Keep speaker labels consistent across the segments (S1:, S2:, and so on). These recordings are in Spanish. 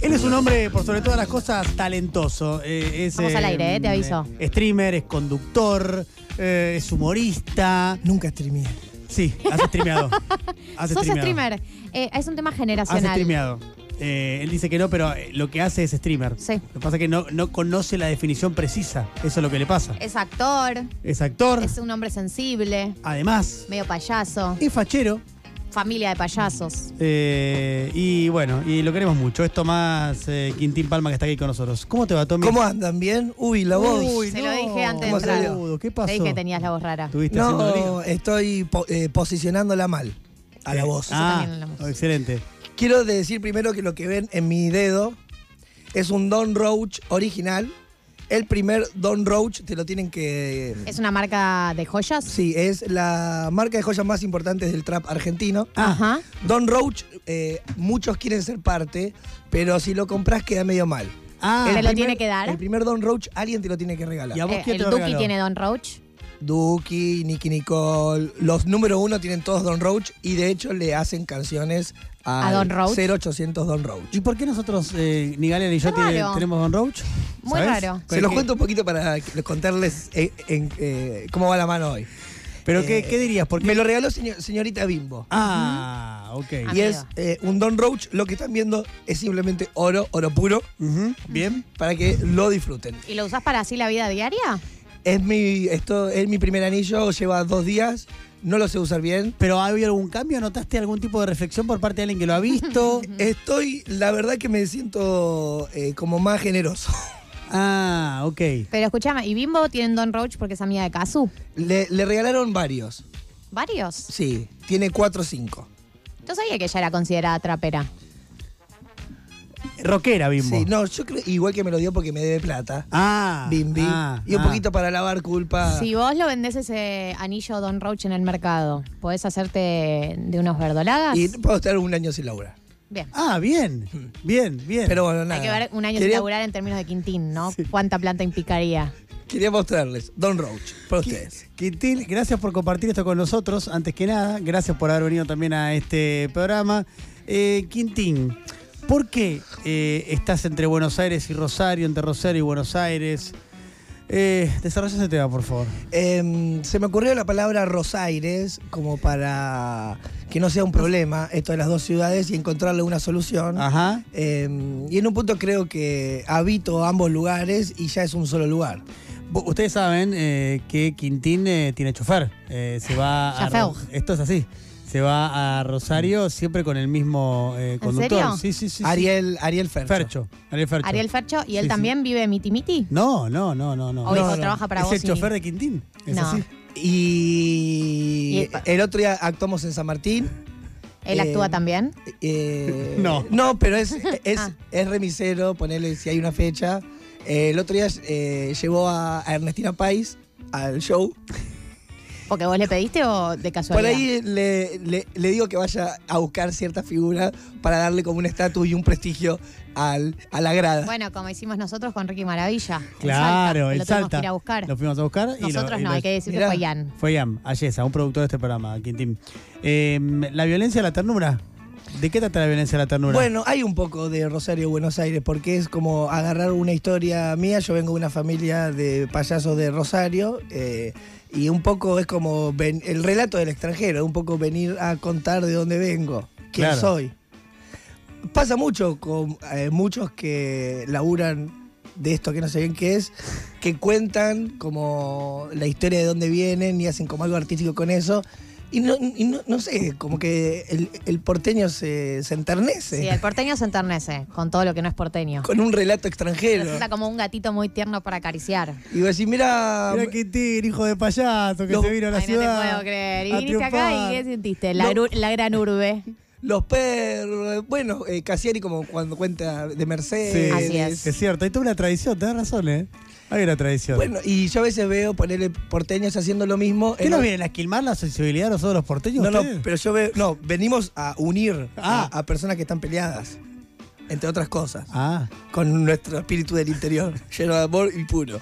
S1: Él es un hombre, por sobre todas las cosas, talentoso. Eh, es,
S2: Vamos al
S1: eh,
S2: aire, eh, te aviso.
S1: eh, streamer, es conductor, eh, es humorista.
S3: Nunca streameé.
S1: Sí, has streameado. Has
S2: Sos
S1: streameado.
S2: streamer. Eh, es un tema
S1: Has
S2: generacional.
S1: streameado. Eh, él dice que no, pero eh, lo que hace es streamer.
S2: Sí.
S1: Lo que pasa es que no, no conoce la definición precisa. Eso es lo que le pasa.
S2: Es actor,
S1: Es actor,
S2: es un hombre sensible,
S1: además,
S2: medio payaso,
S1: es fachero.
S2: familia de payasos.
S1: eh, y bueno, y lo queremos mucho. Es Tomás eh, Quintín Palma que está aquí con nosotros. ¿Cómo te va, Tommy?
S3: ¿Cómo andan? ¿Bien? Uy, la voz.
S1: Uy,
S2: Se
S1: no.
S2: lo dije antes de
S3: ¿Cómo
S2: entrar.
S3: salió?
S1: ¿Qué pasó?
S2: Te dije que tenías la voz rara.
S1: Estuviste haciendo
S3: no,
S1: delirio.
S3: estoy po- eh, posicionándola mal a la voz.
S1: Ah,
S2: también hablamos.
S1: excelente.
S3: Quiero decir primero que lo que ven en mi dedo es un Don Roach original. El primer Don Roach, te lo tienen que...
S2: Es una marca de joyas.
S3: Sí, es la marca de joyas más importante del trap argentino.
S2: Ajá.
S3: Don Roach, eh, muchos quieren ser parte, pero si lo compras queda medio mal.
S1: Ah,
S2: ¿Te
S3: El
S2: lo tiene que dar?
S3: El primer Don Roach, alguien te lo tiene que regalar.
S1: ¿Y a vos
S2: Eh,
S1: quién te
S2: el
S1: lo
S2: Duki
S1: regaló?
S2: tiene Don Roach.
S3: Duki, Nicky Nicole, los número uno tienen todos Don Roach y de hecho le hacen canciones a,
S2: ¿A Don Roach?
S3: 0800 Don Roach.
S1: ¿Y por qué nosotros, eh, ni Galia ni yo,
S2: Qué
S1: tiene-
S2: raro.
S1: tenemos Don Roach?
S2: Muy
S1: ¿Sabés?
S2: raro.
S3: Se los cuento un poquito para que- contarles eh, en, eh, cómo va la mano hoy.
S1: ¿Pero qué,
S3: Eh,
S1: qué dirías? Porque...
S3: Me lo regaló señor- señorita Bimbo.
S1: Ah, ok.
S2: Ah.
S3: Y
S2: Amigo.
S3: es eh, un Don Roach, lo que están viendo es simplemente oro, oro puro,
S1: Ujú, Bien.
S3: para que lo disfruten.
S2: ¿Y lo usás para así la vida diaria?
S3: Es mi, esto, es mi primer anillo, lleva dos días, no lo sé usar bien.
S1: ¿Pero ha habido algún cambio? ¿Notaste algún tipo de reflexión por parte de alguien que lo ha visto?
S3: Estoy, la verdad que me siento eh, como más generoso.
S1: ah, ok.
S2: Pero escúchame, ¿y Bimbo tienen Don Roach porque es amiga de Kazu?
S3: Le, le regalaron varios.
S2: ¿Varios?
S3: Sí, tiene cuatro o cinco.
S2: Yo sabía que ella era considerada trapera.
S1: Rockera, Bimbo.
S3: Sí, no, yo creo, igual que me lo dio porque me debe plata.
S1: Ah.
S3: Bimbi.
S1: ah,
S3: y un
S1: ah.
S3: poquito para lavar culpa.
S2: Si vos lo vendés ese anillo Don Roach en el mercado, ¿podés hacerte de unos verdolagas?
S3: Y puedo estar un año sin laura.
S2: Bien.
S1: Ah, bien. Bien, bien.
S3: Mm. Pero bueno, nada.
S2: Hay que ver un año
S3: Quería-
S2: sin laburar en términos de Quintín, ¿no? ¿Cuánta planta implicaría?
S3: Quería mostrarles. Don Roach, para ustedes.
S1: Quintín, gracias por compartir esto con nosotros. Antes que nada, gracias por haber venido también a este programa. Eh, Quintín, ¿por qué eh, estás entre Buenos Aires y Rosario, entre Rosario y Buenos Aires? Eh, desarrolla ese tema, por favor.
S3: Em, se me ocurrió la palabra Rosaires como para que no sea un problema esto de las dos ciudades y encontrarle una solución.
S1: Ajá.
S3: Em, y en un punto creo que habito ambos lugares y ya es un solo lugar.
S1: Bu- Ustedes saben eh, que Quintín eh, tiene chofer. Eh, se va a
S2: Chafeu.
S1: Ro- Esto es así. Se va a Rosario siempre con el mismo eh, conductor.
S2: serio?
S1: Sí, sí, sí, sí.
S3: Ariel, Ariel Fercho.
S1: Fercho. Ariel Fercho.
S2: Ariel Fercho, ¿y
S1: Sí,
S2: él
S1: sí.
S2: también vive miti miti?
S1: No, no, no, no, no.
S2: ¿O,
S3: No,
S2: o
S3: no.
S2: trabaja para
S1: es
S2: vos?
S1: el
S2: y-
S1: chofer de Quintín. Es
S2: No.
S1: así.
S3: Y
S2: Y-
S3: el otro día actuamos en San Martín.
S2: ¿Él actúa
S3: Eh,
S2: también?
S3: eh,
S1: No.
S3: No, pero es, es,
S2: Ah.
S3: es remisero, ponerle si hay una fecha. Eh, el otro día eh, llevó a, a Ernestina Pais al show.
S2: ¿Porque vos le pediste o de
S3: Por
S2: casualidad?
S3: ahí le, le- le digo que vaya a buscar cierta figura para darle como un estatus y un prestigio al, a la grada.
S2: Bueno, como hicimos nosotros con Ricky Maravilla. en
S1: eh. Claro,
S2: Salta,
S1: el salta.
S2: lo tuvimos que ir a buscar.
S1: Lo fuimos a buscar. y lo-
S2: Nosotros
S1: y
S2: no,
S1: lo-
S2: hay que decir que
S3: Mirá.
S2: fue Ian.
S1: Fue Ian Ayesa, un productor de este programa, Quintín. Eh, la violencia de la ternura. ¿De qué trata la violencia de la ternura?
S3: Bueno, hay un poco de Rosario Buenos Aires porque es como agarrar una historia mía. Yo vengo de una familia de payasos de Rosario eh, y un poco es como ven- el relato del extranjero, un poco venir a contar de dónde vengo, quién
S1: Claro.
S3: soy. Pasa mucho con eh, muchos que laburan de esto que no sé bien qué es, que cuentan como la historia de dónde vienen y hacen como algo artístico con eso. Y no, y no, no sé, como que el, el porteño se, se enternece
S2: Sí, el porteño se enternece con todo lo que no es porteño.
S3: con un relato extranjero.
S2: Resulta como un gatito muy tierno para acariciar.
S3: Y vos decís, mira,
S1: Mira Quintín, hijo de payaso, que
S3: Los-
S1: se vino a la
S2: Ay, no te
S1: ciudad.
S2: puedo
S1: a
S2: creer. Y viniste acá
S1: triunfar.
S2: y ¿qué sentiste? La,
S3: No.
S2: gru- la gran urbe.
S3: los perros, bueno, eh, Cassiari como cuando cuenta de
S1: Sí,
S3: Mercedes.
S2: Así es.
S1: Es cierto, hay toda una tradición, tenés razón, ¿eh? Hay una tradición.
S3: Bueno, y yo a veces veo ponerle porteños haciendo lo mismo.
S1: ¿Qué
S3: en
S1: nos
S3: o-
S1: vienen a esquilmar la sensibilidad de nosotros los porteños?
S3: No, no,
S1: ustedes?
S3: pero yo veo, no, venimos a unir
S1: Ah.
S3: a, a personas que están peleadas, entre otras cosas,
S1: Ah,
S3: con nuestro espíritu del interior, lleno de amor y puro.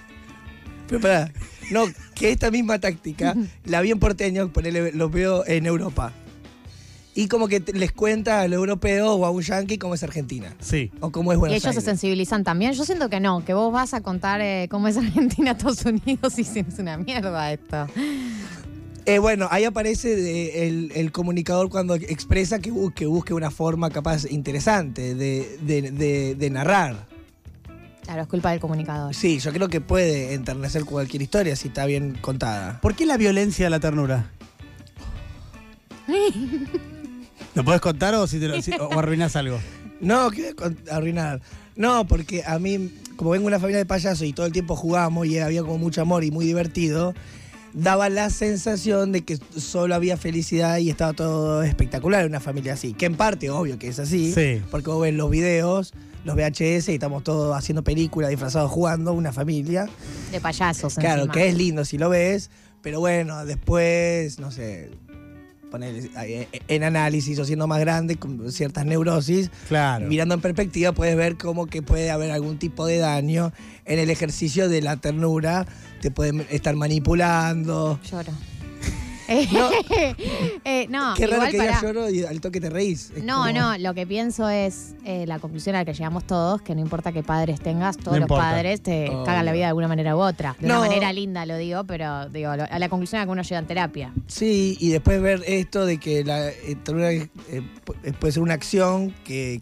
S3: Pero pará, no, que esta misma táctica la vi en porteños, ponele, los veo en Europa. y como que te- les cuenta al europeo o a un yankee cómo es Argentina
S1: Sí.
S3: o cómo es
S2: Y
S3: Buenos
S2: ellos se
S3: Aires.
S2: sensibilizan también. Yo siento que no, que vos vas a contar eh, cómo es Argentina, Estados Unidos y es una mierda esto.
S3: Eh, bueno, ahí aparece de- el, el comunicador cuando expresa que, bu- que busque una forma capaz interesante de, de- de- de narrar.
S2: Claro, es culpa del comunicador.
S3: Sí, yo creo que puede enternecer cualquier historia si está bien contada.
S1: ¿Por qué la violencia de la ternura? ¿Lo podés contar o, si te lo- si- o arruinás algo?
S3: No, que con- arruinar. No, porque a mí, como vengo de una familia de payasos y todo el tiempo jugamos y había como mucho amor y muy divertido, daba la sensación de que solo había felicidad y estaba todo espectacular en una familia así. Que en parte, obvio que es así,
S1: Sí.
S3: porque vos ves los videos, los VHS y estamos todos haciendo películas, disfrazados, jugando, una familia.
S2: De payasos.
S3: Claro,
S2: encima.
S3: que es lindo si lo ves, pero bueno, después, no sé, poner en análisis o siendo más grande, con ciertas neurosis,
S1: Claro.
S3: Mirando en perspectiva puedes ver como que puede haber algún tipo de daño en el ejercicio de la ternura, te pueden estar manipulando.
S2: Lloro. Eh, eh, no,
S3: No. Qué raro
S2: Ah, igual
S3: que
S2: pará.
S3: digas lloro y al toque te reís. Es
S2: No,
S3: como-
S2: no, lo que pienso es eh, la conclusión a la que llegamos todos, que no importa qué padres tengas, todos
S1: No
S2: los
S1: importa.
S2: padres te
S3: Oh.
S2: cagan la vida de alguna manera u otra. De
S3: No.
S2: una manera linda lo digo, pero digo, lo- a la conclusión a la que uno llega en terapia.
S3: Sí, y después ver esto de que la eh, ternura eh, pu- puede ser una acción que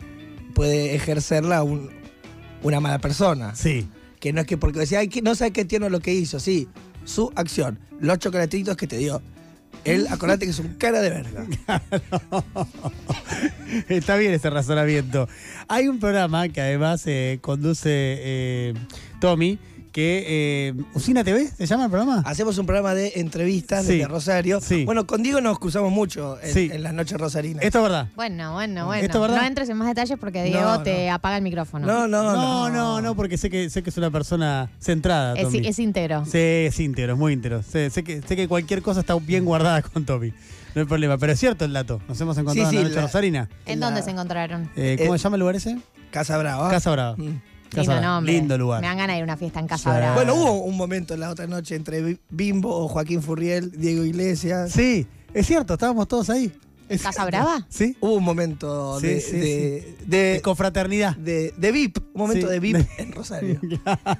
S3: puede ejercerla un- una mala persona.
S1: Sí.
S3: Que no es que porque decía, "Ay, que no sabe qué tierno lo que hizo, sí, su acción, los chocolatitos que te dio. Él, acordate que es un cara de verga.
S1: Está bien ese razonamiento. Hay un programa que además eh, conduce eh, Tommy, que eh, Usina TV, ¿se llama el programa?
S3: Hacemos un programa de entrevistas
S1: Sí,
S3: desde Rosario.
S1: sí.
S3: Bueno, con Diego nos cruzamos mucho en,
S1: Sí.
S3: en las noches rosarinas.
S1: Esto es verdad.
S2: Bueno, bueno, bueno.
S1: ¿Esto es verdad?
S2: No entres en más detalles porque
S3: No,
S2: Diego te apaga el micrófono.
S3: no, no, no,
S1: No, no, no, porque sé que sé que es una persona centrada.
S2: es,
S1: Tommy.
S2: es íntegro.
S1: Sí, es íntero, es muy íntero. Sé, sé que, sé que cualquier cosa está bien guardada con Tommy. No hay problema. Pero es cierto el dato. Nos hemos encontrado en
S3: Sí, sí,
S1: la noche
S3: la-
S1: rosarina.
S2: ¿En
S3: La-
S2: dónde se encontraron?
S1: Eh, ¿Cómo
S3: Eh,
S1: se llama el lugar ese?
S3: Casa Brava.
S1: Casa Brava.
S3: Mm.
S1: Casa
S2: ah, Lindo
S1: Brava.
S2: nombre.
S1: Lindo lugar.
S2: Me dan ganas de ir a una fiesta en Casa
S1: Sí. uh.
S2: Brava.
S3: Bueno, hubo un momento la otra noche entre Bi- Bimbo o Joaquín Furriel, Diego Iglesias.
S1: Sí, es cierto, estábamos todos ahí. Es
S2: ¿Casa
S1: cierto.
S2: Brava? Oh,
S1: Sí.
S3: Hubo un momento
S1: Sí,
S3: de,
S1: sí,
S3: de,
S1: De
S3: de,
S1: confraternidad.
S3: de- de VIP. Un momento
S1: Sí.
S3: de VIP en Rosario.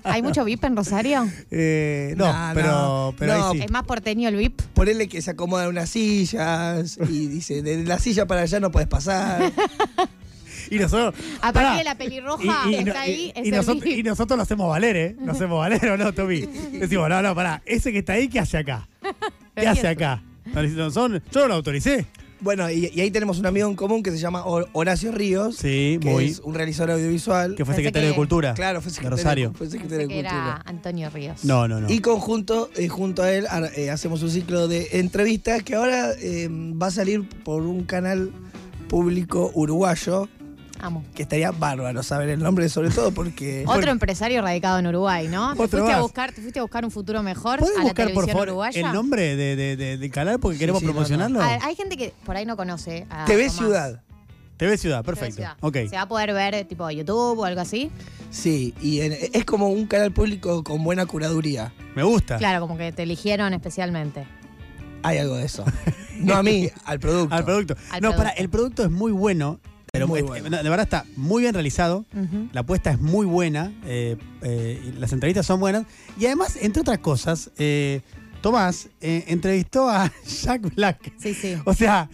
S2: ¿Hay mucho VIP en Rosario?
S1: Eh, no,
S3: No,
S1: pero,
S3: no,
S1: pero
S3: no.
S1: ahí sí.
S2: ¿Es más porteño el VIP?
S3: Ponele que se acomodan unas sillas y dice, de la silla para allá no puedes pasar.
S1: Y nosotros.
S2: A
S1: pará.
S2: partir de la pelirroja que
S1: no-
S2: está ahí,
S1: y-
S2: es
S1: y
S2: el
S1: nosotros,
S2: VIP.
S1: y nosotros lo hacemos valer, ¿eh? Lo hacemos valer o no, Tommy. Decimos, no, no, pará. Ese que está ahí, ¿qué hace acá? ¿Qué
S2: Pero
S1: hace
S2: ¿quién?
S1: acá? No, no, son- yo no lo autoricé.
S3: Bueno, y, y ahí tenemos un amigo en común que se llama Hor- Horacio Ríos.
S1: Sí,
S3: que
S1: muy.
S3: es un realizador audiovisual.
S1: Que fue
S2: Pensé
S1: secretario
S2: que-
S1: de Cultura.
S3: Claro, fue
S1: de
S3: secretario,
S1: Rosario.
S3: fue
S2: Pensé
S3: secretario de
S2: que era
S3: Cultura.
S2: Antonio Ríos.
S1: No, no, no.
S3: Y conjunto, eh, junto a él ar- eh, hacemos un ciclo de entrevistas que ahora eh, va a salir por un canal público uruguayo,
S2: Amo.
S3: que estaría bárbaro saber el nombre, sobre todo porque...
S2: Otro empresario radicado en Uruguay, ¿no? Te
S1: Otro
S2: fuiste, a
S1: más.
S2: buscar, te fuiste a buscar un futuro mejor
S1: ¿Puedes
S2: a la
S1: buscar, por
S2: televisión
S1: favor,
S2: uruguaya.
S1: el nombre de- de- de- del canal porque
S3: Sí,
S1: queremos
S3: sí, no, no.
S1: promocionarlo?
S2: A ver, hay gente que por ahí no conoce. a
S3: TV
S2: Tomás.
S3: Ciudad.
S1: TV Ciudad, perfecto.
S2: Ciudad.
S1: Ok.
S2: Se va a poder ver eh, tipo YouTube o algo así.
S3: Sí, y en- es como un canal público con buena curaduría.
S1: Me gusta.
S2: Claro, como que te eligieron especialmente.
S3: Hay algo de eso. No a mí, al producto.
S1: Al producto.
S2: Al
S1: no,
S2: producto.
S1: para, el producto es muy bueno. Pero
S3: Muy
S1: es-
S3: bueno.
S1: no, de verdad está muy bien realizado.
S2: Ujú.
S1: La apuesta es muy buena. eh, eh, y las entrevistas son buenas. Y además, entre otras cosas, eh, Tomás eh, entrevistó a Jack Black.
S2: Sí, sí.
S1: O sea,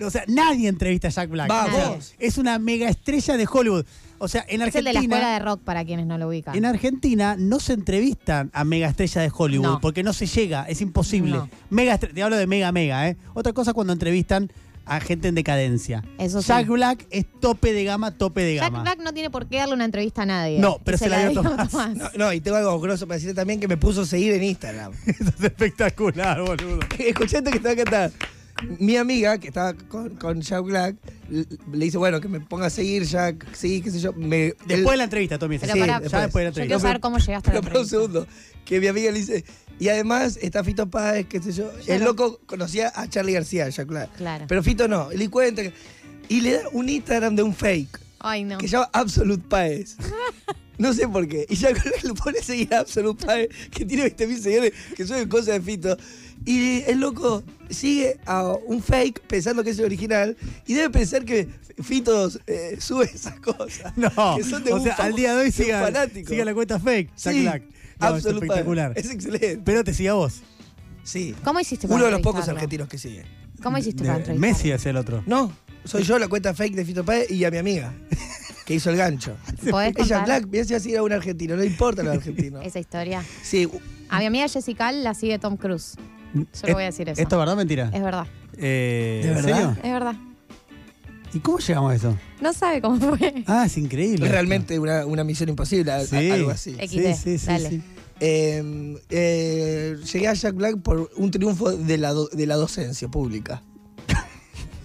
S1: o sea, nadie entrevista a Jack Black.
S3: Vamos.
S1: O sea, es una mega estrella de Hollywood. O sea, en
S2: Es el de la
S1: Argentina.
S2: escuela de rock para quienes no lo ubican.
S1: En Argentina no se entrevistan a megaestrellas de Hollywood
S2: No.
S1: porque no se llega, es imposible.
S2: No.
S1: Mega, te hablo de mega mega, ¿eh? Otra cosa cuando entrevistan a gente en decadencia.
S2: Eso sí.
S1: Jack Black es tope de gama, tope de
S2: Jack
S1: gama.
S2: Black no tiene por qué darle una entrevista a nadie.
S1: No, pero
S2: Y
S1: se la dio a Tomás.
S3: No, no, y tengo algo grosso para decirte también que me puso a seguir en Instagram.
S1: Eso es espectacular, boludo.
S3: Escuchate que te va a cantar. Mi amiga, que estaba con, con Jack Black, le, le dice, bueno, que me ponga a seguir, Jack, sí, qué sé yo. Me, él-
S1: Después de la entrevista, Tommy.
S2: Pero
S1: sí,
S2: pará,
S1: ya después de la
S2: Yo quiero
S1: entrevista.
S2: saber cómo llegaste a la
S3: pero para un
S2: entrevista.
S3: segundo, que mi amiga le dice, y además está Fito Páez, qué sé yo. El
S2: no-
S3: loco conocía a Charlie García, Jack Black.
S2: Claro.
S3: Pero Fito no, le cuenta. que- Y le da un Instagram de un fake,
S2: Ay, no.
S3: que se llama Absolute Páez. No sé por qué. Y Jack Black le pone a seguir a Absolute Páez, que tiene 20.000 seguidores, que suben cosas de Fito. Y el loco sigue a un fake pensando que es el original y debe pensar que Fito eh, sube esas cosas.
S1: No,
S3: que son de
S1: o
S3: un
S1: sea,
S3: fa-
S1: al día de hoy
S3: de un
S1: siga,
S3: fanático.
S1: siga la cuenta fake, Jack
S3: Sí,
S1: Black. No, es
S3: absoluta-
S1: espectacular.
S3: Es excelente.
S1: Pero te siga vos.
S3: Sí.
S2: ¿Cómo hiciste para
S3: Uno de los pocos
S2: entrevistarlo?
S3: argentinos que sigue.
S2: ¿Cómo hiciste
S1: De-
S2: para entrevistarlo?
S1: Messi es el otro.
S3: No, soy yo la cuenta fake de Fito Páez y a mi amiga, que hizo el gancho.
S2: ¿Podés
S3: Ella,
S2: contar
S3: Black, voy a seguir a un argentino, no importa los argentinos.
S2: esa historia?
S3: Sí,
S2: A mi amiga Jessica Alba la sigue Tom Cruise. Solo
S3: Eh,
S1: Es-
S2: voy a decir eso.
S1: ¿Esto es verdad o mentira?
S2: Es verdad,
S1: Eh,
S3: ¿De
S1: ¿en
S3: verdad?
S1: serio?
S2: es verdad.
S1: ¿Y cómo llegamos a eso?
S2: No sabe cómo fue.
S1: Ah, es increíble.
S3: es realmente una, una misión imposible, a- a-
S1: Sí.
S3: algo así.
S2: XD, dale.
S3: Eh, eh, llegué a Jack Black por un triunfo de la, do- de la docencia pública.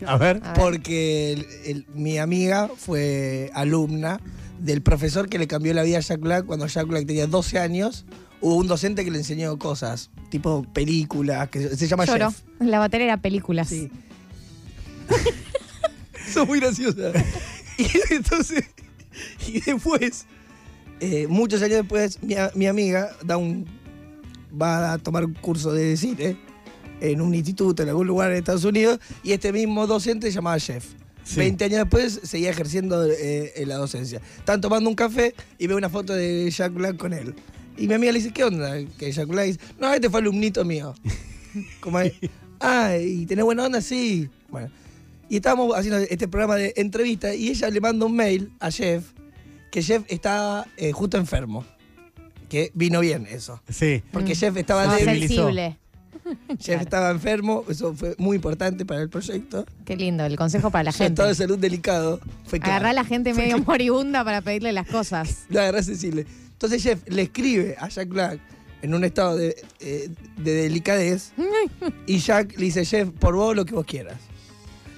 S1: A ver.
S2: A ver.
S3: Porque el- el- mi amiga fue alumna del profesor que le cambió la vida a Jack Black cuando Jack Black tenía 12 años. Hubo un docente que le enseñó cosas, tipo películas, que se llama
S2: Lloro.
S3: Jeff.
S2: La batería era películas.
S3: Sí. Sos muy graciosa. Y entonces, y después, eh, muchos años después, mi, a- mi amiga da un, va a tomar un curso de cine en un instituto, en algún lugar en Estados Unidos, y este mismo docente se llamaba Jeff.
S1: Sí.
S3: 20 años después seguía ejerciendo eh, en la docencia. Están tomando un café y veo una foto de Jack Black con él. Y mi amiga le dice, ¿qué onda? Que Jack Black dice, no, este fue alumnito mío. Como, ah, y tenés buena onda, sí. Bueno, y estábamos haciendo este programa de entrevista y ella le manda un mail a Jeff que Jeff estaba eh, justo enfermo. Que vino bien eso.
S1: Sí.
S3: Porque
S2: Mm.
S3: Jeff estaba
S2: Más
S1: Sensibilizó.
S3: débil,
S2: sensible.
S3: Jeff
S2: claro.
S3: estaba enfermo, eso fue muy importante para el proyecto.
S2: Qué lindo, el consejo para la
S3: Su
S2: gente.
S3: estado de salud delicado fue claro.
S2: Agarrá a la gente medio moribunda para pedirle las cosas.
S3: Lo agarrás sensible. Entonces Jeff le escribe a Jack Black en un estado de, eh, de delicadez y Jack le dice, Jeff, por vos lo que vos quieras.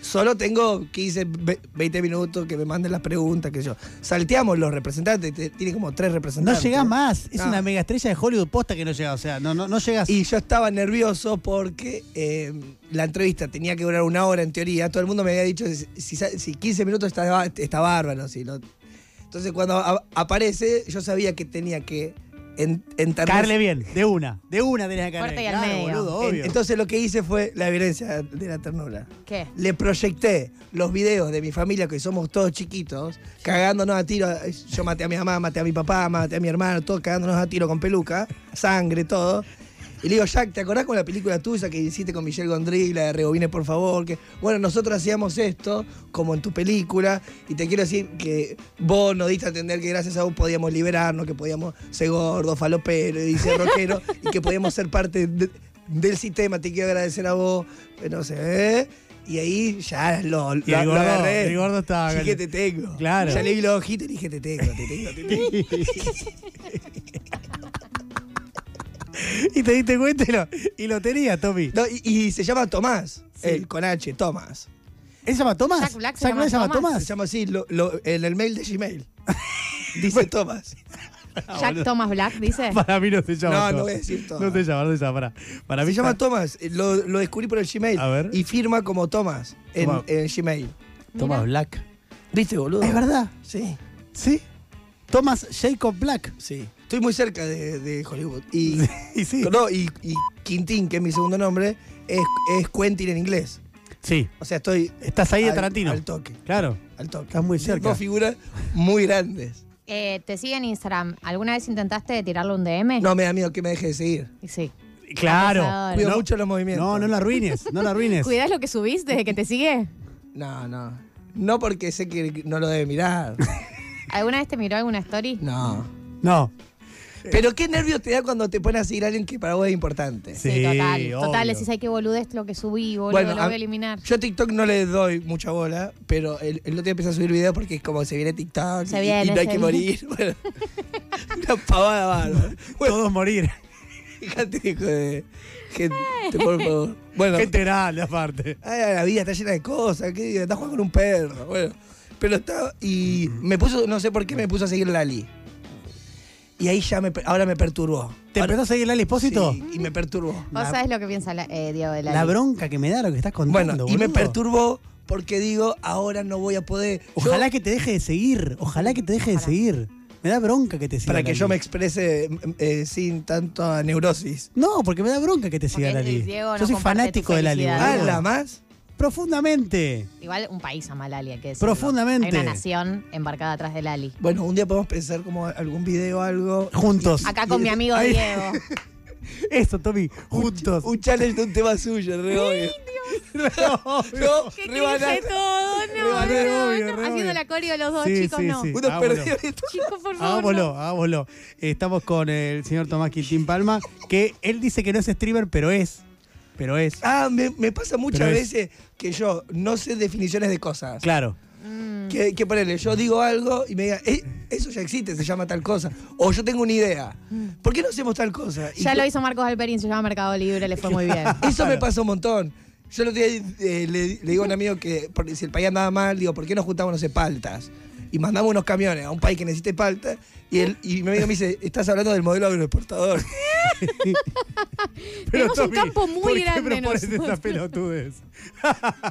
S3: Solo tengo 15, ve- 20 minutos que me manden las preguntas, que yo. Salteamos los representantes, te- tiene como tres
S1: No
S3: representantes.
S1: llegás más. Es
S3: No.
S1: una mega estrella de Hollywood posta que no llega. O sea, no, no, no llegás.
S3: Y yo estaba nervioso porque eh, la entrevista tenía que durar una hora en teoría. Todo el mundo me había dicho, si, si 15 minutos está, ba- está bárbaro. Si no- Entonces cuando a- aparece, yo sabía que tenía que en, enterrar-
S1: Caerle bien. De una. De una tenés que caerle
S2: Fuerte y
S1: bien.
S2: al
S1: Claro,
S2: medio.
S1: boludo,
S3: En-
S1: obvio.
S3: Entonces lo que hice fue la violencia de la ternura.
S2: ¿Qué?
S3: Le proyecté los videos de mi familia, que somos todos chiquitos, cagándonos a tiro. Yo maté a mi mamá, maté a mi papá, maté a mi hermano, todos cagándonos a tiro con peluca, sangre, todo. Y le digo, Jack, ¿te acordás con la película tuya que hiciste con Michelle Gondry, la de Rebobines, por favor? Que, bueno, nosotros hacíamos esto, como en tu película, y te quiero decir que vos nos diste a entender que gracias a vos podíamos liberarnos, que podíamos ser gordos, faloperos y ser rockeros, y que podíamos ser parte de- del sistema. Te quiero agradecer a vos, pero no sé, ¿eh? Y ahí ya lo, lo,
S1: Y el
S3: lo
S1: gordo-
S3: agarré.
S1: el gordo estaba
S3: Sí
S1: con-
S3: que te tengo.
S1: Claro.
S3: Ya le vi los ojitos y le dije, te tengo, te tengo, te tengo.
S1: Y te diste cuenta y lo, y lo tenías, Tommy.
S3: No, y, y se llama Tomás,
S1: Sí.
S3: el con H, Tomás.
S1: ¿Él se llama Tomás?
S2: Jack Black se llama
S3: Se llama así lo- lo- en el mail de Gmail. Dice Tomás.
S1: Ah,
S2: Jack Thomas Black dice.
S1: Para mí no se llama
S3: No,
S1: Tomás.
S3: no voy a decir Tomás.
S1: No se llama, no se llama. Para, para mí
S3: Se llama
S1: está-
S3: Tomás, eh, lo, lo descubrí por el Gmail.
S1: A ver.
S3: Y firma como Tomás en,
S1: Tomás.
S3: en Gmail.
S1: Tomás Black.
S3: ¿Viste, boludo?
S1: Es verdad.
S3: Sí,
S1: ¿Sí? Thomas Jacob Black.
S3: sí. Estoy muy cerca de, de Hollywood. Y,
S1: Y sí.
S3: no, y, y Quintín, que es mi segundo nombre, es, es Quentin en inglés.
S1: Sí.
S3: O sea, estoy
S1: Estás ahí de
S3: al-
S1: Tarantino.
S3: Al toque,
S1: Claro.
S3: al toque.
S1: Estás muy cerca.
S3: Dos figuras muy grandes.
S2: Eh, te sigue en Instagram. ¿Alguna vez intentaste tirarle un DM?
S3: No, me da miedo que me deje de seguir.
S2: Y Sí.
S1: Claro.
S2: Abusador.
S3: Cuido
S1: No,
S3: mucho los movimientos.
S1: no, no la arruines. No la arruines.
S2: ¿Cuidás lo que subís desde que te sigue?
S3: No, no. No porque sé que no lo debe mirar.
S2: ¿Alguna vez te miró alguna story?
S3: No.
S1: No.
S3: Pero qué nervios te da cuando te pones a seguir a alguien que para vos es importante.
S1: Sí,
S2: total.
S1: obvio.
S2: Total, decís, ay, qué boludez lo que subí, boludo,
S3: Bueno,
S2: lo
S3: a-
S2: voy a eliminar.
S3: Yo a TikTok no le doy mucha bola, pero el, el otro día empecé a subir videos porque es como se viene TikTok
S2: Se
S3: y-
S2: viene,
S3: y, no hay
S2: se
S3: que
S2: viene.
S3: morir. Bueno, una pavada bárbara. Bueno,
S1: Todos morir.
S3: fíjate, hijo de
S2: Eh.
S3: gente, por favor. Bueno,
S1: Gente grande aparte.
S3: ay, la vida está llena de cosas, que estás jugando con un perro. Bueno, pero está. Y me puso, no sé por qué me puso a seguir Lali. Y ahí ya me, per- ahora me perturbó.
S1: ¿Te
S3: Ahora-
S1: empezó a seguir Lali Espósito?
S3: Sí, y me perturbó.
S2: ¿Vos
S1: la-
S2: sabés lo que piensa la- eh, Diego de la
S1: La
S2: Ley?
S1: bronca que me da lo que estás
S3: Bueno,
S1: contando.
S3: y me
S1: boludo.
S3: perturbó porque digo, ahora no voy a poder. Yo-
S1: Ojalá que te deje de seguir. Ojalá que te deje de seguir. Me da bronca que te siga
S3: Para que
S1: Lali.
S3: yo me exprese eh, sin tanta neurosis.
S1: No, porque me da bronca que te siga
S2: Porque
S1: Lali.
S2: Diego no
S1: yo soy
S2: comparte
S1: fanático
S2: tu
S1: de Lali.
S2: felicidad.
S1: boludo.
S3: Ah, la más.
S1: Profundamente.
S2: Igual un país ama Lali, hay que decirlo.
S1: Profundamente.
S2: Hay una nación embarcada atrás de Lali.
S3: Bueno, un día podemos pensar como algún video, algo.
S1: Juntos.
S2: Acá con mi amigo
S3: Ahí.
S2: Diego.
S1: Eso, Tommy. Juntos.
S3: Un challenge de un tema suyo, re obvio. No,
S2: ¿Qué
S3: re banal.
S2: cringe todo?
S1: Re
S2: No,
S1: banal,
S2: no,
S1: obvio,
S2: no.
S1: re obvio.
S2: Haciendo la coreo los dos,
S1: Sí,
S2: chicos,
S1: sí,
S2: no.
S1: sí.
S3: Unos
S1: Vámonos.
S3: perdidos esto.
S2: Chicos, por favor.
S1: Hagámoslo,
S2: no.
S1: hagámoslo. Ah, Estamos con el señor Tomás Quintín Palma, que él dice que no es streamer, pero es. Pero es.
S3: Ah, me, me pasa muchas
S1: Pero es-
S3: veces que yo no sé definiciones de cosas.
S1: Claro.
S2: Mm.
S3: Que, que ponele, yo digo algo y me digan, "Eh, eso ya existe, se llama tal cosa. O yo tengo una idea.
S1: Mm.
S3: ¿Por qué no hacemos tal cosa? Y
S2: Ya lo
S3: co-
S2: hizo Marcos Alperín, se llama Mercado Libre, le fue muy bien.
S3: Eso me pasa un montón. Yo el otro día, eh, le, le digo a un amigo que porque si el país andaba mal, digo, ¿por qué no juntamos, no sé, paltas? Y mandamos unos camiones a un país que necesite palta. Y, él, y mi amigo me dice, estás hablando del modelo agroexportador.
S2: Tenemos un
S1: Tommy,
S2: campo muy
S1: ¿por
S2: grande
S1: ¿Qué propones
S2: nosotros?
S1: estas pelotudes?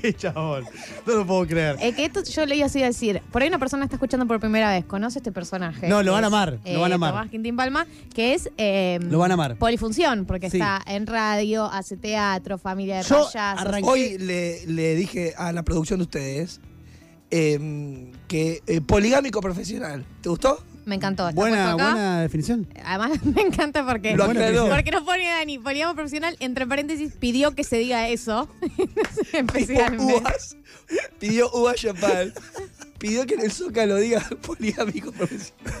S1: Qué chabón. No lo puedo creer.
S2: Eh, que esto yo leí así decir, por ahí una persona está escuchando por primera vez, conoce este personaje.
S1: No, lo
S2: que
S1: van a
S2: es,
S1: amar,
S2: eh,
S1: lo van a amar.
S2: Tomás Quintín Palma, que es... eh,
S1: Lo van a amar.
S2: Polifunción, porque
S1: Sí.
S2: está en radio, hace teatro, familia de
S1: Yo
S2: payasos.
S1: arranqué-
S3: Hoy le, le dije a la producción de ustedes eh, que eh, poligámico profesional. ¿Te gustó?
S2: Me encantó. está
S1: Buena,
S2: puesto acá.
S1: buena definición.
S2: Además, me encanta porque,
S3: Lo
S2: porque
S3: aclaró.
S2: porque nos pone Dani, polígamo profesional, entre paréntesis, pidió que se diga eso. Entonces,
S1: uh,
S3: Pidió
S1: ah,
S2: Especialmente.
S3: uvas, pidió uvas Chapal, pidió que en el Zócalo diga poligámico profesional.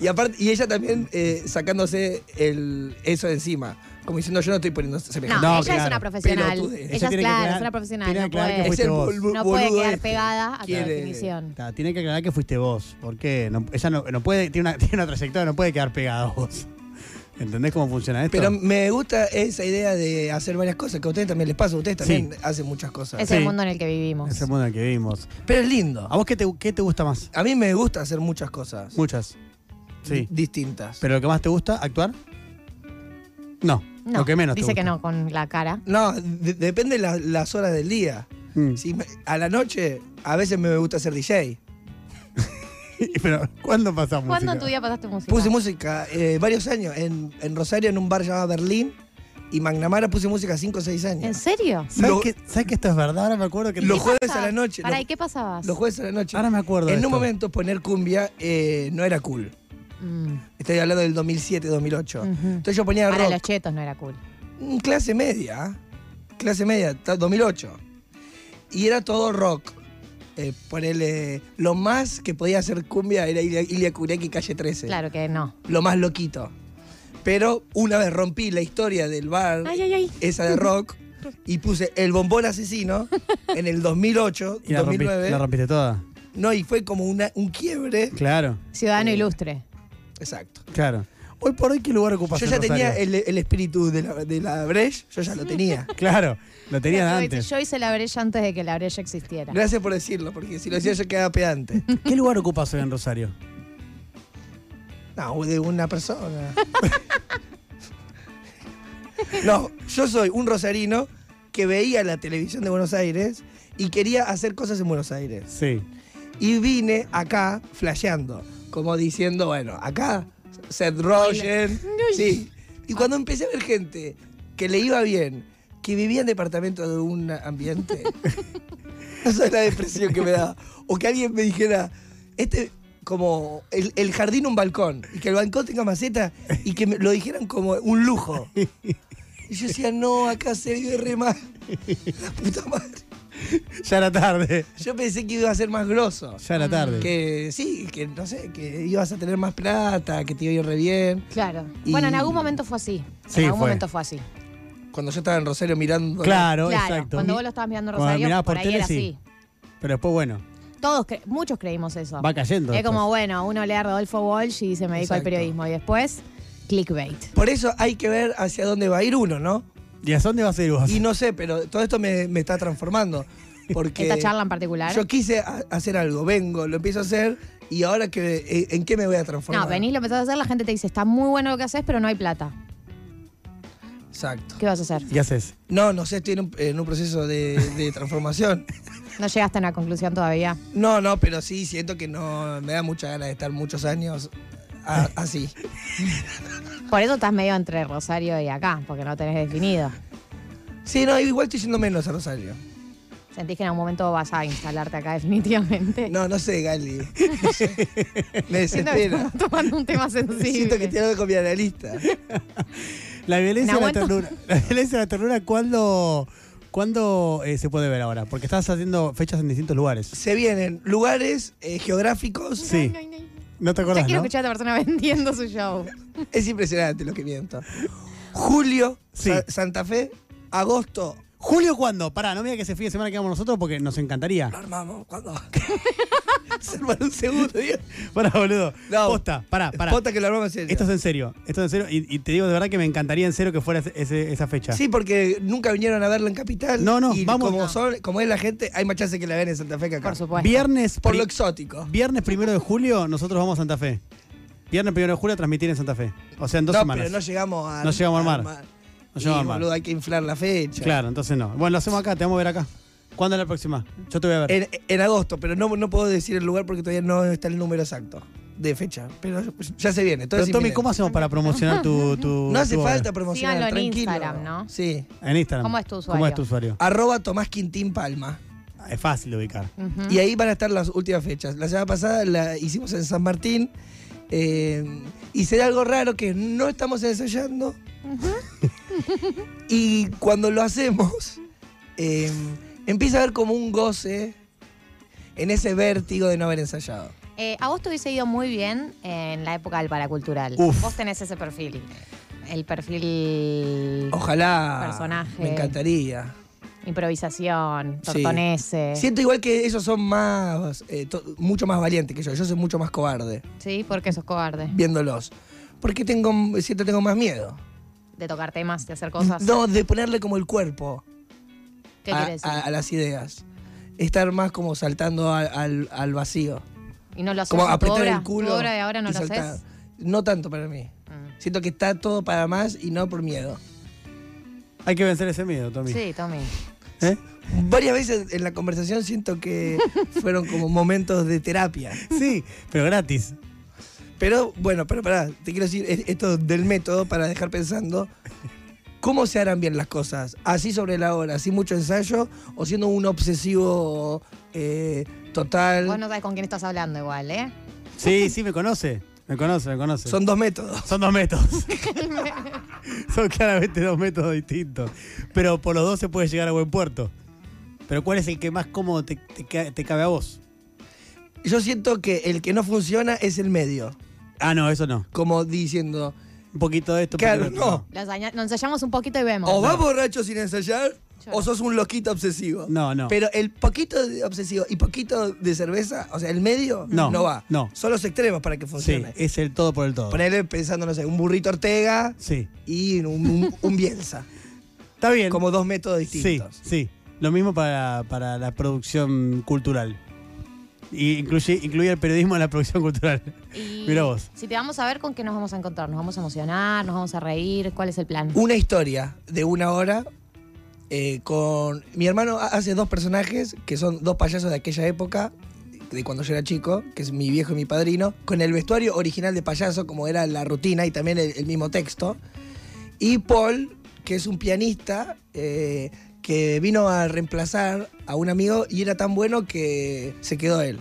S3: Y aparte, y ella también eh, sacándose el, eso de encima. Como diciendo, yo no estoy poniendo
S2: No,
S3: semejante.
S1: No,
S2: ella es
S1: claro.
S2: una profesional.
S3: Pelotude. Ella
S2: Ella es
S1: tiene que
S2: clara,
S1: aclarar-
S2: es una profesional.
S1: tiene que
S2: No
S1: aclarar que
S2: puede,
S3: es
S1: fuiste
S3: el
S1: vos.
S3: bolu-
S2: no
S3: boludo
S2: puede quedar
S3: este.
S2: pegada a tu
S3: Quiere-
S2: definición.
S1: Ta, tiene que aclarar que fuiste vos, porque no, ella no, no puede, tiene una, tiene una trayectoria, no puede quedar pegada a vos. ¿Entendés cómo funciona esto?
S3: Pero me gusta esa idea de hacer varias cosas, que a ustedes también les pasa, ustedes también hacen muchas cosas.
S2: Es
S1: Sí.
S2: el mundo en el que vivimos.
S1: es el mundo en el que vivimos.
S3: Pero es lindo.
S1: ¿A vos qué te, qué te gusta más?
S3: A mí me gusta hacer muchas cosas
S1: Muchas. Sí.
S3: Mm. distintas.
S1: ¿Pero lo que más te gusta, actuar? No.
S2: No,
S1: Lo que menos te
S2: dice que
S1: gusta.
S2: no con la cara.
S3: No, de- depende la- las horas del día.
S1: Mm.
S3: Si me- a la noche, a veces me gusta ser DJ.
S1: Pero, ¿cuándo pasamos?
S2: ¿Cuándo en tu día pasaste música?
S3: Puse música eh, varios años en, en Rosario, en un bar llamado Berlín, y Magnamara puse música 5 o 6 años.
S2: ¿En serio?
S1: ¿Sabes,
S3: Lo-
S1: que, sabes que esto es verdad? Ahora me acuerdo que...
S3: Los
S1: ¿Qué
S3: jueves
S2: pasaba?
S3: a la noche.
S2: Ah, Pará,
S3: los-
S2: ¿y qué pasabas?
S3: Los jueves a la noche.
S1: Ahora me acuerdo. de
S3: en un
S1: esto.
S3: momento poner cumbia eh, no era cool.
S2: Mm,
S3: Estoy hablando del 2007, 2008.
S2: ujú.
S3: Entonces yo ponía
S2: Para
S3: rock.
S2: los chetos no era cool.
S3: Mm, clase media, clase media, ta- 2008. Y era todo rock. Eh, ponele, lo más que podía hacer cumbia era Ilia, Ilia Kureki, calle 13.
S2: Claro que no.
S3: Lo más loquito. Pero una vez rompí la historia del bar,
S2: Ay, ay, ay.
S3: esa de rock, y puse El Bombón Asesino en el 2008,
S1: Y la rompiste,
S3: 2009.
S1: la rompiste toda.
S3: no, y fue como una- un quiebre.
S1: Claro,
S2: Ciudadano
S3: Eh,
S2: ilustre.
S3: Exacto.
S1: claro. Hoy por hoy, ¿qué lugar ocupas
S3: Yo
S1: en
S3: ya tenía
S1: Rosario?
S3: el, el espíritu de la, de la Breche, yo ya lo tenía.
S1: Claro, lo tenías
S2: Yo hice-
S1: antes.
S2: Yo hice la brella antes de que la brella existiera.
S3: Gracias por decirlo, porque si lo decía yo quedaba pedante.
S1: ¿Qué lugar ocupas hoy en Rosario?
S3: No, de una persona. no, yo soy un rosarino que veía la televisión de Buenos Aires y quería hacer cosas en Buenos Aires.
S1: Sí.
S3: Y vine acá flasheando, como diciendo, bueno, acá Seth Rogen. Sí. Y cuando empecé a ver gente que le iba bien, que vivía en departamento de un ambiente, esa es la depresión que me da. O que alguien me dijera, este como el, el jardín un balcón, y que el balcón tenga maceta, y que me lo dijeran como un lujo. Y yo decía, no, acá se vive re mal. La puta madre.
S1: Ya era tarde,
S3: Yo pensé que iba a ser más grosso.
S1: ya
S2: Mm,
S1: era tarde.
S3: Que sí, que no sé, que ibas a tener más plata, que te iba a ir re bien.
S2: Claro.
S3: Y-
S2: Bueno, en algún momento fue así.
S1: Sí,
S2: en algún
S1: fue.
S2: momento fue así.
S3: Cuando yo estaba en Rosario mirando.
S1: Claro,
S2: claro.
S1: exacto.
S2: Cuando vos lo estabas mirando
S1: Cuando
S2: Rosario,
S1: mirabas
S2: por,
S1: por
S2: ahí
S1: tele,
S2: era
S1: sí.
S2: así.
S1: Pero después, bueno,
S2: Todos, cre- muchos creímos eso.
S1: va cayendo.
S2: Ah. es como,
S1: después.
S2: bueno, uno lee a Rodolfo Walsh y se me dedico al
S3: Exacto.
S2: periodismo. Y después, clickbait.
S3: Por eso hay que ver hacia dónde va a ir uno, ¿no?
S1: ¿Y a dónde vas a ir vos?
S3: Y no sé, pero todo esto me, me está transformando. Porque
S2: Esta charla en particular.
S3: yo quise a- hacer algo, vengo, lo empiezo a hacer y ahora que, eh, ¿en qué me voy a transformar?
S2: No, venís, lo empezás a hacer, la gente te dice, está muy bueno lo que haces, pero no hay plata.
S3: Exacto.
S2: ¿Qué vas a hacer?
S1: ¿Qué haces?
S3: No, no sé, estoy en un, en un proceso de, de transformación.
S2: No llegaste a una conclusión todavía.
S3: No, no, pero sí siento que no me da mucha ganas de estar muchos años a- así.
S2: Por eso estás medio entre Rosario y acá, porque no tenés definido.
S3: Sí, no, igual estoy yendo menos a Rosario.
S2: Sentís que en algún momento vas a instalarte acá definitivamente.
S3: No, no sé, Gali. No sé. Me
S2: Siento que
S3: desespera.
S2: estamos tomando un tema sensible.
S3: Siento que tiene algo con mi analista.
S1: La violencia de la
S2: Nahuel to-
S1: ternura. La violencia de la ternura, ¿cuándo, cuándo, eh, se puede ver ahora? Porque estás haciendo fechas en distintos lugares.
S3: Se vienen lugares eh, geográficos.
S1: Sí.
S2: Ay, ay, ay.
S1: ¿No te
S2: Ya
S1: acordás,
S2: quiero
S1: no?
S2: escuchar a esta persona vendiendo su show.
S3: Es impresionante lo que miento. Julio,
S1: Sí.
S3: Sa- Santa Fe, agosto.
S1: ¿Julio cuándo? Pará, no me digas que ese fin de semana quedamos nosotros porque nos encantaría.
S3: Lo armamos. ¿Cuándo? Se armaron un segundo, Dios.
S1: Pará, boludo.
S3: No.
S1: Posta, pará, Ah, pará.
S3: Posta que lo armamos en serio.
S1: Esto es en serio. Esto es en serio. Y, y te digo de verdad que me encantaría en serio que fuera ese- esa fecha.
S3: Sí, porque nunca vinieron a verla en Capital.
S1: No, no,
S3: y
S1: vamos,
S3: Como,
S1: no.
S3: son- como es la gente, hay más chance que la vean en Santa Fe que acá.
S2: Por supuesto.
S1: Viernes,
S3: Por
S1: pri-
S3: lo exótico.
S1: viernes primero de julio, nosotros vamos a Santa Fe. Viernes primero de julio a transmitir en Santa Fe. O sea, en dos
S3: no,
S1: semanas.
S3: pero no llegamos a
S1: No llegamos a armar. No llegamos a
S3: Y,
S1: armar.
S3: boludo, hay que inflar la fecha.
S1: Claro, entonces no. Bueno, lo hacemos acá, te vamos a ver acá. ¿Cuándo es la próxima? Yo te voy a ver.
S3: En, en agosto, pero no, no puedo decir el lugar porque todavía no está el número exacto de fecha. Pero pues, ya se viene. todo
S1: Pero
S3: es
S1: Tommy,
S3: inminente.
S1: ¿cómo hacemos para promocionar tu, tu-
S3: No hace
S1: tu obra?
S3: falta promocionar,
S2: Síganlo en
S3: tranquilo.
S2: Instagram, ¿no?
S3: Sí.
S1: En Instagram.
S2: ¿Cómo es tu usuario?
S1: ¿Cómo es tu usuario?
S3: Arroba Tomás Quintín Palma.
S1: Ah, Es fácil de ubicar.
S2: Ujú.
S3: Y ahí van a estar las últimas fechas. La semana pasada la hicimos en San Martín. eh, y será algo raro que no estamos ensayando. y cuando lo hacemos, eh, empieza a haber como un goce en ese vértigo de no haber ensayado.
S2: Eh, a vos te hubiese ido muy bien en la época del paracultural.
S1: Uf.
S2: Vos tenés ese perfil. El perfil
S3: Oh. Ojalá.
S2: Personaje.
S3: Me encantaría.
S2: improvisación,
S3: Sí.
S2: tortonese. Sí.
S3: Siento igual que ellos son más, eh, to- mucho más valientes que yo. Yo soy mucho más cobarde
S2: porque sos cobarde.
S3: viéndolos. Porque tengo, siento tengo más miedo.
S2: De tocar temas, de hacer cosas.
S3: No, de ponerle como el cuerpo
S2: ¿Qué
S3: a,
S2: quieres
S3: a-
S2: decir?
S3: a las ideas. Estar más como saltando a- al, al vacío.
S2: y no lo haces
S3: Como
S2: en tu
S3: apretar
S2: obra.
S3: el culo.
S2: Tu obra de ahora no
S3: y
S2: lo
S3: saltar.
S2: haces.
S3: No tanto para mí.
S2: Mm.
S3: Siento que está todo para más y no por miedo.
S1: Hay que vencer ese miedo, Tommy.
S2: Mm. Sí, Tommy.
S1: ¿Eh?
S3: Varias veces en la conversación siento que fueron como momentos de terapia.
S1: Sí, pero gratis.
S3: Pero bueno, pero pará, te quiero decir es- esto del método para dejar pensando. ¿Cómo se harán bien las cosas? ¿Así sobre la hora, sin mucho ensayo o siendo un obsesivo eh, total?
S2: Vos no sabés con quién estás hablando igual, ¿eh?
S1: Sí, sí, me conoce. Me conoce, me conoce.
S3: Son dos métodos.
S1: Son dos métodos. Son claramente dos métodos distintos. Pero por los dos se puede llegar a buen puerto. Pero ¿cuál es el que más cómodo te, te ca- te cabe a vos?
S3: Yo siento que el que no funciona es el medio.
S1: Ah, no, eso no.
S3: Como diciendo,
S1: Un poquito de esto. un
S3: claro,
S1: poquito de otro.
S3: no.
S2: Los aña- Nos ensayamos un poquito y vemos.
S3: O vas borracho sin ensayar
S2: Yo
S3: o
S2: no.
S3: sos un loquito obsesivo.
S1: No, no.
S3: Pero el poquito de obsesivo y poquito de cerveza, o sea, el medio
S1: No,
S3: no, va.
S1: no.
S3: Son los extremos para que
S1: Sí,
S3: funcione.
S1: es el todo por el todo.
S3: Ponele pensando, no sé, un burrito Ortega.
S1: Sí.
S3: y un, un- un Bielsa.
S1: Está bien.
S3: Como dos métodos
S1: sí,
S3: distintos.
S1: sí. Lo mismo para, para la producción cultural. Y incluye, incluye el periodismo en la producción cultural.
S2: Y
S1: Mirá vos.
S2: Si te vamos a ver, ¿con qué nos vamos a encontrar? ¿Nos vamos a emocionar? ¿Nos vamos a reír? ¿Cuál es el plan?
S3: Una historia de una hora eh, con... Mi hermano ha- hace dos personajes que son dos payasos de aquella época, de cuando yo era chico, que es mi viejo y mi padrino, con el vestuario original de payaso, como era la rutina y también el, el mismo texto. Y Paul, que es un pianista... eh, que vino a reemplazar a un amigo y era tan bueno que se quedó él.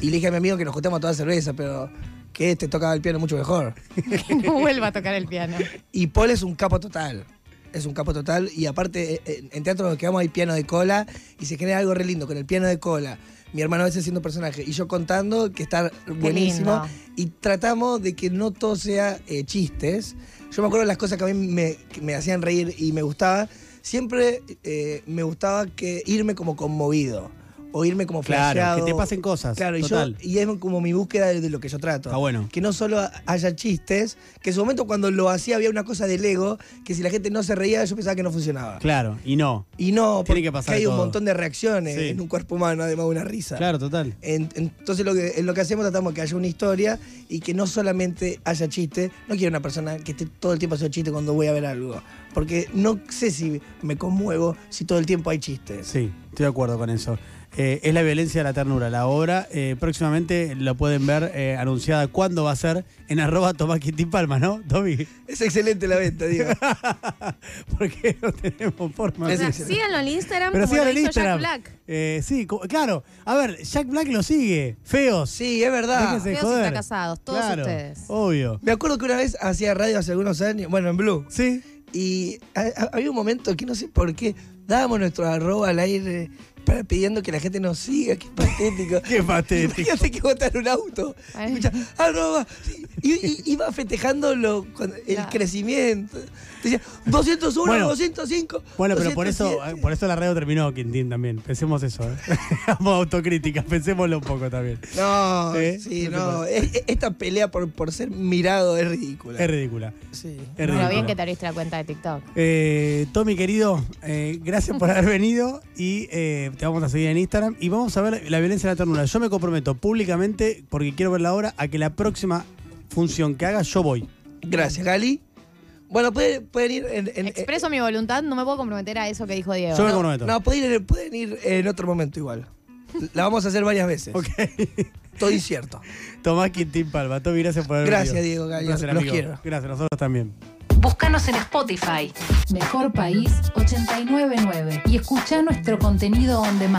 S3: Y le dije a mi amigo que nos juntemos a toda cerveza, pero que este tocaba el piano mucho mejor.
S2: Que no vuelva a tocar el piano.
S3: Y Paul es un capo total. Es un capo total. Y aparte, eh, eh, en teatro donde vamos hay piano de cola y se genera algo re lindo con el piano de cola. Mi hermano a veces siendo personaje y yo contando que está buenísimo.
S2: lindo.
S3: Y tratamos de que no todo sea eh, chistes. Yo me acuerdo de las cosas que a mí me, que me hacían reír y me gustaba. Siempre eh, me gustaba que irme como conmovido. o irme como
S1: Claro,
S3: flasheado.
S1: que te pasen cosas.
S3: Claro, y, yo,
S1: total.
S3: y es como mi búsqueda de, de lo que yo trato.
S1: Está bueno.
S3: Que no solo haya chistes, que en su momento cuando lo hacía había una cosa del ego, que si la gente no se reía yo pensaba que no funcionaba.
S1: Claro, y no.
S3: Y no,
S1: Tiene
S3: porque
S1: que pasar
S3: hay un
S1: todo.
S3: montón de reacciones
S1: Sí.
S3: en un cuerpo humano, además de una risa.
S1: Claro, total.
S3: En- entonces lo que, en lo que hacemos tratamos que haya una historia y que no solamente haya chiste. No quiero una persona que esté todo el tiempo haciendo chiste cuando voy a ver algo. Porque no sé si me conmuevo si todo el tiempo hay chistes.
S1: Sí, estoy de acuerdo con eso. Eh, es la violencia de la ternura. La obra eh, próximamente la pueden ver eh, anunciada cuándo va a ser en arroba Tomás Quintín Palma, ¿no, Tommy?
S3: Es excelente la venta, digo.
S1: Porque no tenemos forma.
S3: Es
S2: O sea,
S3: sí, sí.
S2: Ah, síganlo en Instagram
S1: Pero
S2: como
S1: sigan
S2: lo
S1: en
S2: hizo
S1: Instagram.
S2: Jack Black.
S1: Eh, sí, co- claro. A ver, Jack Black lo sigue. Feos.
S3: Sí, es verdad.
S1: Déjense de
S2: Feos y
S1: joder.
S2: fracasados, todos
S1: Claro,
S2: ustedes.
S1: Obvio.
S3: Me acuerdo que una vez hacía radio hace algunos años, bueno, en Blue,
S1: Sí.
S3: y ha- ha- había un momento que no sé por qué dábamos nuestro arroba al aire para- pidiendo que la gente nos siga, qué patético.
S1: Qué patético.
S3: Imagínate que botar un auto.
S2: Ay.
S3: Escucha, arroba. Y, y- iba festejando lo- con el
S2: Claro.
S3: crecimiento. Decía, 201,
S1: Bueno.
S3: 205.
S1: Bueno, pero por eso, eh,
S3: 207.
S1: por eso la radio terminó, Quintín, también. Pensemos eso. ¿eh? Vamos a autocrítica, pensémoslo un poco también.
S3: No,
S1: ¿Eh? No
S3: sí,
S1: te
S3: no. E- e- Esta pelea por, por ser mirado es ridícula.
S1: Es ridícula.
S3: Sí.
S1: Es
S2: Pero bien
S1: ridícula.
S2: que te abriste la cuenta de TikTok.
S1: Eh, Tommy, querido, eh, gracias por haber venido y eh, te vamos a seguir en Instagram y vamos a ver la violencia de la ternura. Yo me comprometo públicamente, porque quiero ver la obra, a que la próxima función que haga yo voy.
S3: Gracias, Gali. Bueno, pueden, pueden ir en. en- eh,
S2: Expreso mi voluntad, no me puedo comprometer a eso que dijo
S1: Yo
S2: Diego.
S1: me
S3: no,
S1: comprometo.
S3: no, pueden ir, en- pueden ir en otro momento igual. La vamos a hacer varias veces.
S1: Ok.
S3: Todo incierto.
S1: Tomás Quintín Palma. Tommy, gracias por haber
S3: Gracias,
S1: venido.
S3: Diego, Galia.
S1: Un placer,
S3: Los
S1: amigo.
S3: quiero.
S1: Gracias, nosotros también.
S4: Búscanos en Spotify, Mejor País 899 y escucha nuestro contenido on demand.